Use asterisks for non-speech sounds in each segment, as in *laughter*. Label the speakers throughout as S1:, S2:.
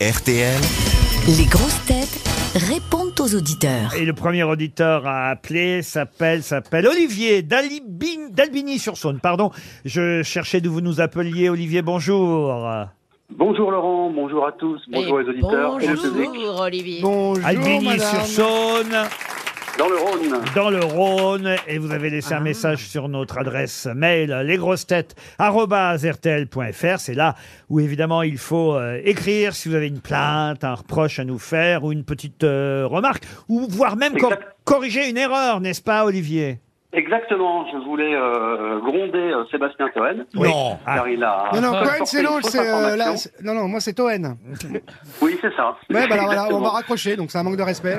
S1: RTL.
S2: Les grosses têtes répondent aux auditeurs.
S3: Et le premier auditeur à appeler s'appelle s'appelle Olivier d'Alibin- d'Albigny-sur-Saône. Pardon, je cherchais d'où vous nous appeliez. Olivier, bonjour.
S4: Bonjour Laurent, bonjour à tous, bonjour
S5: Et
S4: les auditeurs et le public.
S5: Bonjour Olivier.
S3: Albigny-sur-Saône,
S4: Dans le Rhône,
S3: dans le Rhône. Et vous avez laissé un message sur notre adresse mail, lesgrossetêtes.rtl.fr. C'est là où, évidemment, il faut euh, écrire si vous avez une plainte, un reproche à nous faire ou une petite euh, remarque, ou voire même cor-
S4: Exact.
S3: corriger une erreur, n'est-ce pas, Olivier
S4: exactement, je voulais euh, gronder euh, Sébastien Cohen.
S3: Non.
S4: Car il a.
S6: Ah. Non, non,
S4: porté
S6: Cohen, c'est
S4: une
S6: long,
S4: fausse
S6: c'est. euh,
S4: information.
S6: là, c'est- non, non, moi, c'est Toen.
S4: Oui, c'est ça.
S6: Ouais, bah alors, voilà, on
S4: Exactement.
S6: va raccrocher, donc c'est un manque de respect.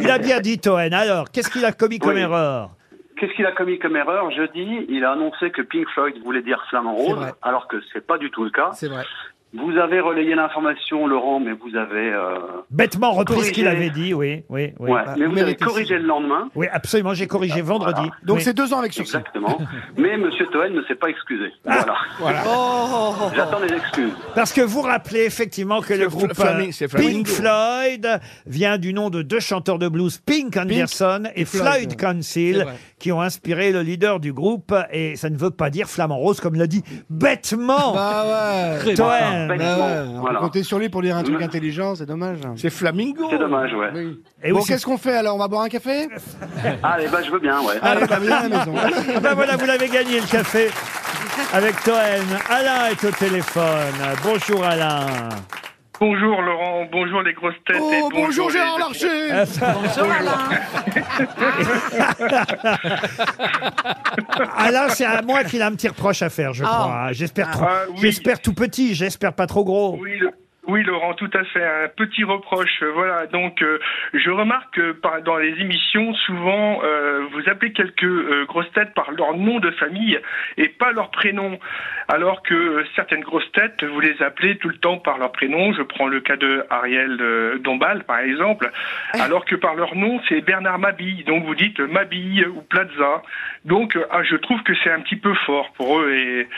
S3: Il a bien dit, Toen. Alors, qu'est-ce qu'il a commis comme
S4: Oui.
S3: erreur
S4: Qu'est-ce qu'il a commis comme erreur Jeudi, il a annoncé que Pink Floyd voulait dire flamant
S6: C'est
S4: rose,
S6: vrai.
S4: alors que c'est pas du tout le cas.
S6: vrai.
S4: Vous avez relayé l'information, Laurent, mais vous avez. euh,
S3: Bêtement repris ce
S4: Corriger.
S3: qu'il avait dit, oui, oui, oui.
S4: ouais,
S6: bah,
S4: mais
S6: vous
S4: vous avez
S6: méritez
S4: corrigé
S6: ça.
S4: le lendemain.
S3: Oui, absolument, j'ai corrigé vendredi.
S4: Voilà.
S6: Donc
S3: Oui.
S6: c'est deux ans avec sursis. *laughs*
S4: Exactement. mais Monsieur Toen ne s'est pas excusé.
S6: Ah,
S4: Voilà. J'attends des excuses.
S3: Parce que vous rappelez effectivement que le groupe
S7: Flaming-
S3: euh,
S7: c'est Flamingo.
S3: Pink Floyd vient du nom de deux chanteurs de blues, Pink Anderson et, Floyd,
S6: Floyd.
S3: Council,
S6: C'est vrai.
S3: qui ont inspiré le leader du groupe. Et ça ne veut pas dire flamant rose, comme l'a dit bêtement
S6: Bah ouais.
S3: Toen.
S4: Bêtement.
S6: Bah ouais, on peut
S4: Voilà.
S6: compter sur lui pour dire un truc intelligent, c'est dommage.
S7: C'est Flamingo.
S4: C'est dommage, ouais.
S6: Oui.
S3: Et
S6: bon,
S3: aussi-
S6: qu'est-ce qu'on fait alors On va boire un café
S4: Allez, bah, je veux bien, ouais.
S6: Allez, bah, viens à la maison.
S3: Ah ben voilà, vous l'avez gagné le café avec Toen. Alain est au téléphone. Bonjour Alain.
S8: Bonjour Laurent, bonjour les grosses têtes. et
S6: Oh, bonjour
S8: les-
S6: Gérard
S7: Euh,
S6: Larcher
S3: *laughs* Alain, c'est à moi qu'il a un petit reproche à faire, je crois. hein. J'espère trop-
S8: Ah, oui.
S3: j'espère tout petit, j'espère pas trop gros.
S8: Oui, le- oui, Laurent, tout à fait. Un petit reproche. euh, Voilà, donc euh, je remarque que par- dans les émissions, souvent, euh, vous appelez quelques euh, grosses têtes par leur nom de famille et pas leur prénom. Alors que euh, certaines grosses têtes, vous les appelez tout le temps par leur prénom. Je prends le cas de Ariel euh, Dombal, par exemple. Alors que par leur nom, c'est Bernard Mabille. Donc vous dites Mabille ou Plaza. Donc euh, ah, je trouve que c'est un petit peu fort pour eux et,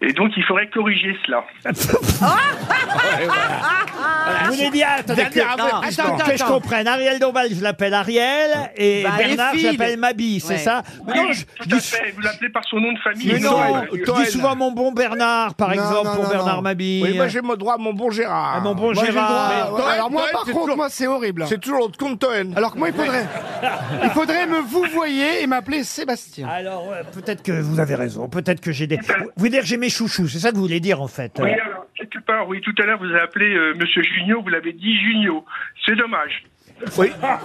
S8: et donc il faudrait corriger cela.
S3: Vous voulez bien, attendez, que, attends, que je comprenne. Ariel Dombal, je l'appelle Ariel, et
S5: Bah, les
S3: Bernard, je
S5: filles.
S3: l'appelle Mabi, c'est
S5: Ouais.
S3: ça Mais non,
S8: Oui,
S3: je,
S8: tout
S3: je dis,
S8: à fait. Vous l'appelez par son nom de famille.
S3: mais
S8: Oui,
S3: non,
S8: Noël.
S3: je dis
S7: Toen.
S3: souvent mon bon Bernard, par
S6: Non,
S3: exemple,
S6: non,
S3: pour
S6: non,
S3: Bernard
S6: non.
S3: Mabille.
S7: Oui, moi j'ai mon droit à mon bon Gérard.
S3: Ah, mon bon
S6: Moi, j'ai le droit. hein.
S3: Gérard.
S6: Ouais,
S7: Toen,
S6: alors moi,
S7: Toen,
S6: par
S7: c'est
S6: contre,
S7: toujours-
S6: moi, c'est horrible.
S7: C'est toujours l'autre compte Toen.
S6: Alors que moi, il faudrait, il
S7: *laughs*
S6: faudrait me vous voyez et m'appeler Sébastien.
S3: Alors, euh, peut-être que vous avez raison, peut-être que j'ai des... Vous voulez dire que j'ai mes chouchous, c'est ça que vous voulez dire, en fait
S8: Oui, alors, quelque part, oui, tout à l'heure, vous avez appelé euh, Monsieur Junio, vous l'avez dit Junio. C'est dommage.
S7: Oui.
S6: À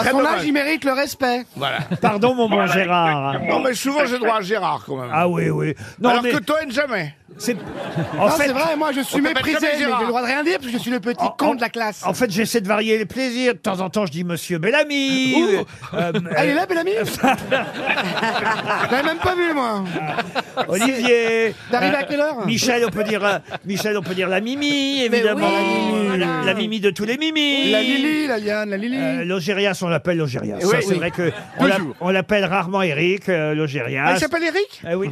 S7: très
S6: son
S7: dommage.
S6: âge, il mérite le respect.
S7: Voilà.
S3: Pardon, mon bon
S8: Voilà,
S3: Gérard.
S8: exactement.
S7: Non mais souvent j'ai droit à Gérard quand même.
S3: Ah oui, oui. Non,
S7: Alors
S3: mais
S7: que Toen jamais.
S3: c'est... En
S6: Non,
S3: fait,
S6: c'est vrai, moi, je suis
S7: on t'appelle
S6: méprisé,
S7: jamais
S6: mais j'ai
S7: Gérard.
S6: le droit de rien dire parce que je suis le petit
S3: En-
S6: con de la classe.
S3: en fait, j'essaie de varier les plaisirs. De temps en temps, je dis Monsieur Bellamy. euh, euh,
S6: Elle est
S3: *laughs*
S6: là, Bellamy Je l'avais même pas vu, moi.
S3: euh, Olivier.
S6: T'arrives
S3: euh,
S6: à quelle heure
S3: Michel, on peut dire, euh, Michel, on peut dire la Mimi, évidemment.
S5: oui,
S3: la,
S5: voilà.
S3: la Mimi de tous les Mimis.
S6: La Lily, la Yann, la Lily.
S3: Euh, Logérias, on l'appelle Logérias. Ça,
S7: Oui,
S3: c'est
S7: oui.
S3: vrai que on l'a- on l'appelle rarement Eric, euh, Logérias.
S7: Ah, il s'appelle Eric
S3: Eh oui.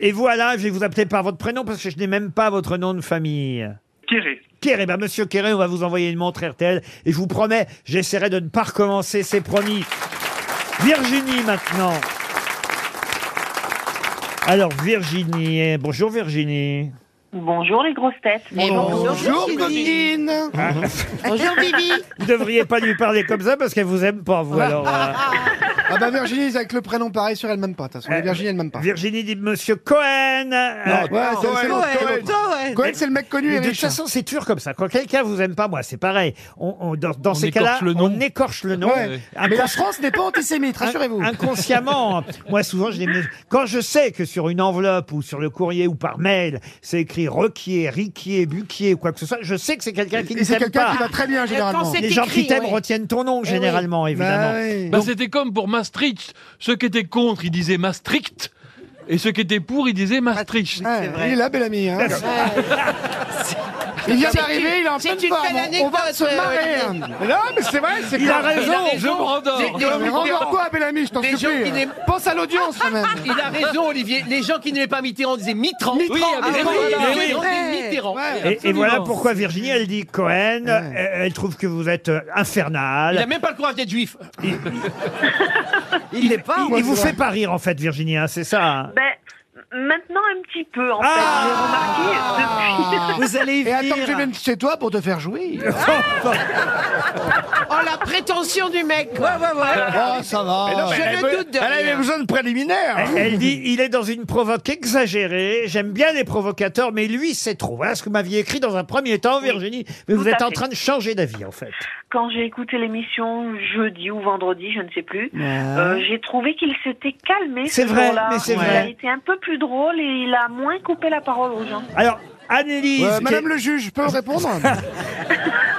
S3: Et, et vous, Alain, je vais vous appeler par votre prénom parce que je n'ai même pas votre nom de famille.
S8: Kéré.
S3: Kéré, ben monsieur Kéré, on va vous envoyer une montre RTL et je vous promets, j'essaierai de ne pas recommencer, c'est promis. Virginie maintenant. Alors Virginie, eh, bonjour Virginie.
S9: Bonjour les grosses têtes.
S5: Et bonjour,
S6: Bonjour,
S5: Virginie.
S6: Godwin.
S5: Bonjour Bibi.
S3: Vous devriez pas lui parler comme ça parce qu'elle vous aime pas vous alors. euh.
S6: Ah bah Virginie, c'est avec le prénom pareil sur elle même pas. De toute façon,
S3: Euh,
S6: les Virginie, elle même pas.
S3: Virginie dit monsieur Cohen. Euh,
S6: Ouais, c'est- c'est l'autre, c'est l'autre. Cohen, c'est le mec connu
S3: mais
S6: et
S3: de toute
S6: riche.
S3: façon, c'est toujours comme ça. Quand quelqu'un vous aime pas, moi, c'est pareil. On, on- dans dans ces
S10: écorche
S3: cas-là,
S10: le nom.
S3: on écorche le nom.
S6: Ouais.
S3: euh, Un
S6: Mais
S3: peu-
S6: la France n'est pas antisémite, rassurez-vous.
S3: Inconsciemment, moi souvent, je les mets- quand je sais que sur une enveloppe ou sur le courrier ou par mail, c'est écrit Requier, Riquier, Buquier ou quoi que ce soit, je sais que c'est quelqu'un qui ne
S6: Et c'est
S3: t'aime
S6: quelqu'un
S3: pas.
S6: qui va très bien, généralement.
S5: c'est-
S3: Les gens qui
S5: écrit, hein.
S3: t'aiment
S5: ouais.
S3: retiennent ton nom généralement, évidemment.
S6: Bah oui.
S10: Bah, C'était comme pour Maastricht. Ceux qui étaient contre, ils disaient Maastricht.
S1: Et ceux qui étaient pour, ils disaient Maastricht.
S6: Ouais, Il est là, bel ami. Hein. *laughs* Il vient d'arriver, il est en pleine
S5: une
S6: forme.
S5: belle
S6: On va
S5: anecdote,
S6: se
S5: euh,
S6: marrer. hein. Mais Non, mais c'est vrai, c'est
S3: Il a
S6: clair.
S3: raison.
S1: Je me rendors.
S5: Des-
S6: Mais rendors-toi, bel ami, je t'en
S5: Des gens qui
S6: supplie.
S5: n'aiment-
S6: Pense à l'audience, quand même.
S5: Il a raison, Olivier. Les gens qui n'aimaient pas Mitterrand disaient Mitran.
S1: Oui,
S5: Ah,
S1: avec-
S5: oui,
S1: voilà.
S5: Mitterrand, dit Mitterrand.
S6: Ouais.
S3: Et, et
S1: Absolument.
S3: voilà pourquoi Virginie, elle dit Cohen, elle, elle trouve que vous êtes euh, infernal.
S5: Il a même pas le courage d'être juif.
S6: Il n'est pas.
S3: Il- il vous fait pas rire en fait, Virginie, hein, c'est ça hein Ah
S9: Ben, maintenant un petit peu, en fait. J'ai remarqué depuis.
S10: Ah.
S6: Vous allez Et attends que je vienne chez toi pour te faire jouer.
S5: *laughs*
S10: Oh, la prétention du mec
S6: Oh, ça va.
S10: Je
S7: elle
S10: ne
S7: avait-
S10: doute de
S7: elle avait
S10: rien.
S7: besoin de préliminaire.
S3: Elle- Elle dit, il est dans une provoque exagérée. J'aime bien les provocateurs, mais lui, c'est trop. Voilà ce que vous m'aviez écrit dans un premier temps, Virginie. Mais vous
S9: tout à
S3: êtes en
S9: fait.
S3: train de changer d'avis, en fait.
S9: Quand j'ai écouté l'émission jeudi ou vendredi, je ne sais plus, euh, j'ai trouvé qu'il s'était calmé.
S3: C'est
S9: ce
S3: vrai,
S9: jour-là.
S3: mais c'est
S9: il
S3: vrai.
S9: a été un peu plus drôle et il a moins coupé la parole aux gens.
S3: Alors, Annelise,
S6: Euh,
S3: qui,
S6: Madame le juge, je peux répondre
S5: *laughs*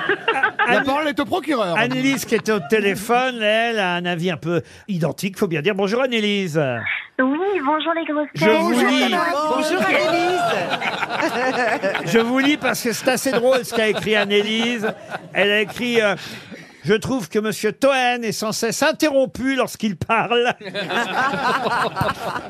S6: La parole est au procureur.
S3: Annelise qui était au téléphone, elle a un avis un peu identique, faut bien dire. Bonjour Annelise.
S9: Oui, bonjour les grosses
S3: Je vous lis,
S10: Bonjour Annelise
S3: *laughs* je vous lis parce que c'est assez drôle ce qu'a écrit Annelise. Elle a écrit. euh, je trouve que Monsieur Toen est sans cesse interrompu lorsqu'il parle.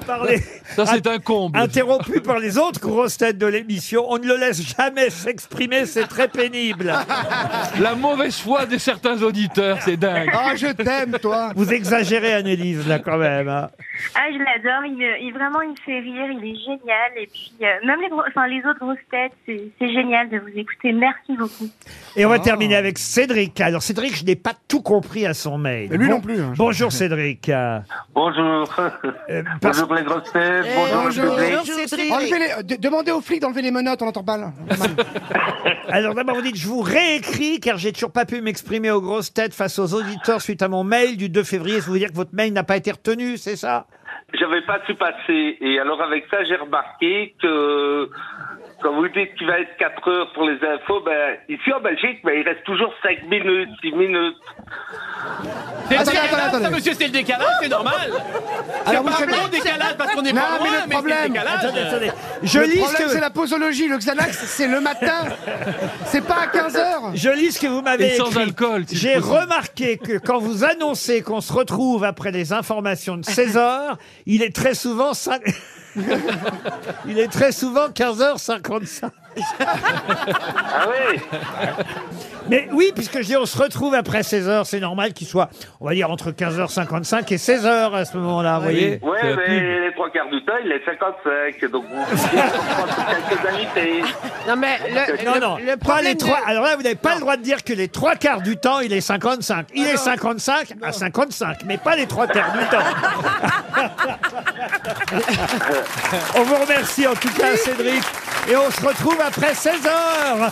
S3: Par les-
S1: Ça, c'est un comble.
S3: Interrompu par les autres grosses têtes de l'émission, on ne le laisse jamais s'exprimer, c'est très pénible.
S10: Ah.
S1: La mauvaise foi de certains auditeurs, c'est dingue.
S6: Ah, je t'aime, toi.
S3: Vous exagérez, Annelise, là, quand même. hein.
S9: Ah, je l'adore. Il, il- vraiment, il fait rire. Il est génial. Et puis, euh, même les, gros- enfin, les autres grosses têtes, c'est c'est génial de vous écouter. Merci beaucoup.
S3: Et on
S6: Ah.
S3: va terminer avec Cédric. Alors, Cédric, je n'ai pas tout compris à son mail.
S6: Et lui
S3: Bon-
S6: non plus, hein.
S3: Bonjour, Cédric. Euh,
S1: *laughs*
S4: Bonjour.
S3: euh, parce-
S4: Bonjour les grosses têtes, bonjour, le
S6: bonjour.
S4: public.
S10: Bonjour
S6: Enlevez
S10: Cédric
S6: les- euh, de- demandez aux flics d'enlever les menottes, on n'entend pas
S5: *laughs*
S6: là.
S3: Alors d'abord, vous dites, je vous réécris car j'ai toujours pas pu m'exprimer aux grosses têtes face aux auditeurs suite à mon mail du 2 février. Ça veut dire que votre mail n'a pas été retenu, c'est ça
S4: J'avais pas tout passé. Et alors, avec ça, j'ai remarqué que quand vous dites qu'il va être 4 heures pour les infos, ben, ici en Belgique, ben, il reste toujours 5 minutes, 6 minutes.
S5: C'est le
S6: Attendez,
S5: décalage,
S6: attendez,
S5: ça,
S6: attendez.
S5: monsieur, c'est le décalage, c'est normal.
S6: Alors,
S5: C'est
S6: vous
S5: pas un
S6: savez-
S5: bon décalage parce qu'on est
S6: Non,
S5: pas
S6: mais
S5: loin,
S6: le
S5: mais, c'est
S6: problème-
S5: le décalage.
S3: Attendez, attendez. Je
S6: le
S3: lis, ce
S6: problème, c'est
S3: que,
S6: la posologie. Le Xanax, c'est le
S10: *laughs*
S6: matin. C'est pas à 15h.
S3: je lis ce que vous m'avez
S1: Et sans
S3: écrit.
S1: alcool, si
S3: J'ai
S1: possible.
S3: remarqué que quand vous annoncez qu'on se retrouve après les informations de 16 heures, il est très souvent... cin- *laughs* il est très souvent 15h55.
S4: Ah oui
S3: Mais oui, puisque je dis on se retrouve après 16 heures, c'est normal qu'il soit, on va dire, entre 15h55 et 16 heures à ce moment-là, vous voyez
S1: C'est la
S4: Ouais,
S1: pub.
S4: mais les trois quarts du temps, il est 55. Donc, vous pouvez prendre quelques invités.
S10: Non, mais le,
S3: Non,
S10: le-
S3: non,
S10: le
S3: pas
S10: problème
S3: les trois.
S10: de-
S3: Alors là, vous n'avez pas le droit de dire que les trois quarts du temps, il est 55.
S10: Ah
S3: Il est 55 à 55, mais pas les trois quarts du temps.
S10: *laughs*
S3: on vous remercie en tout cas, Cédric. Et on se retrouve après 16 heures.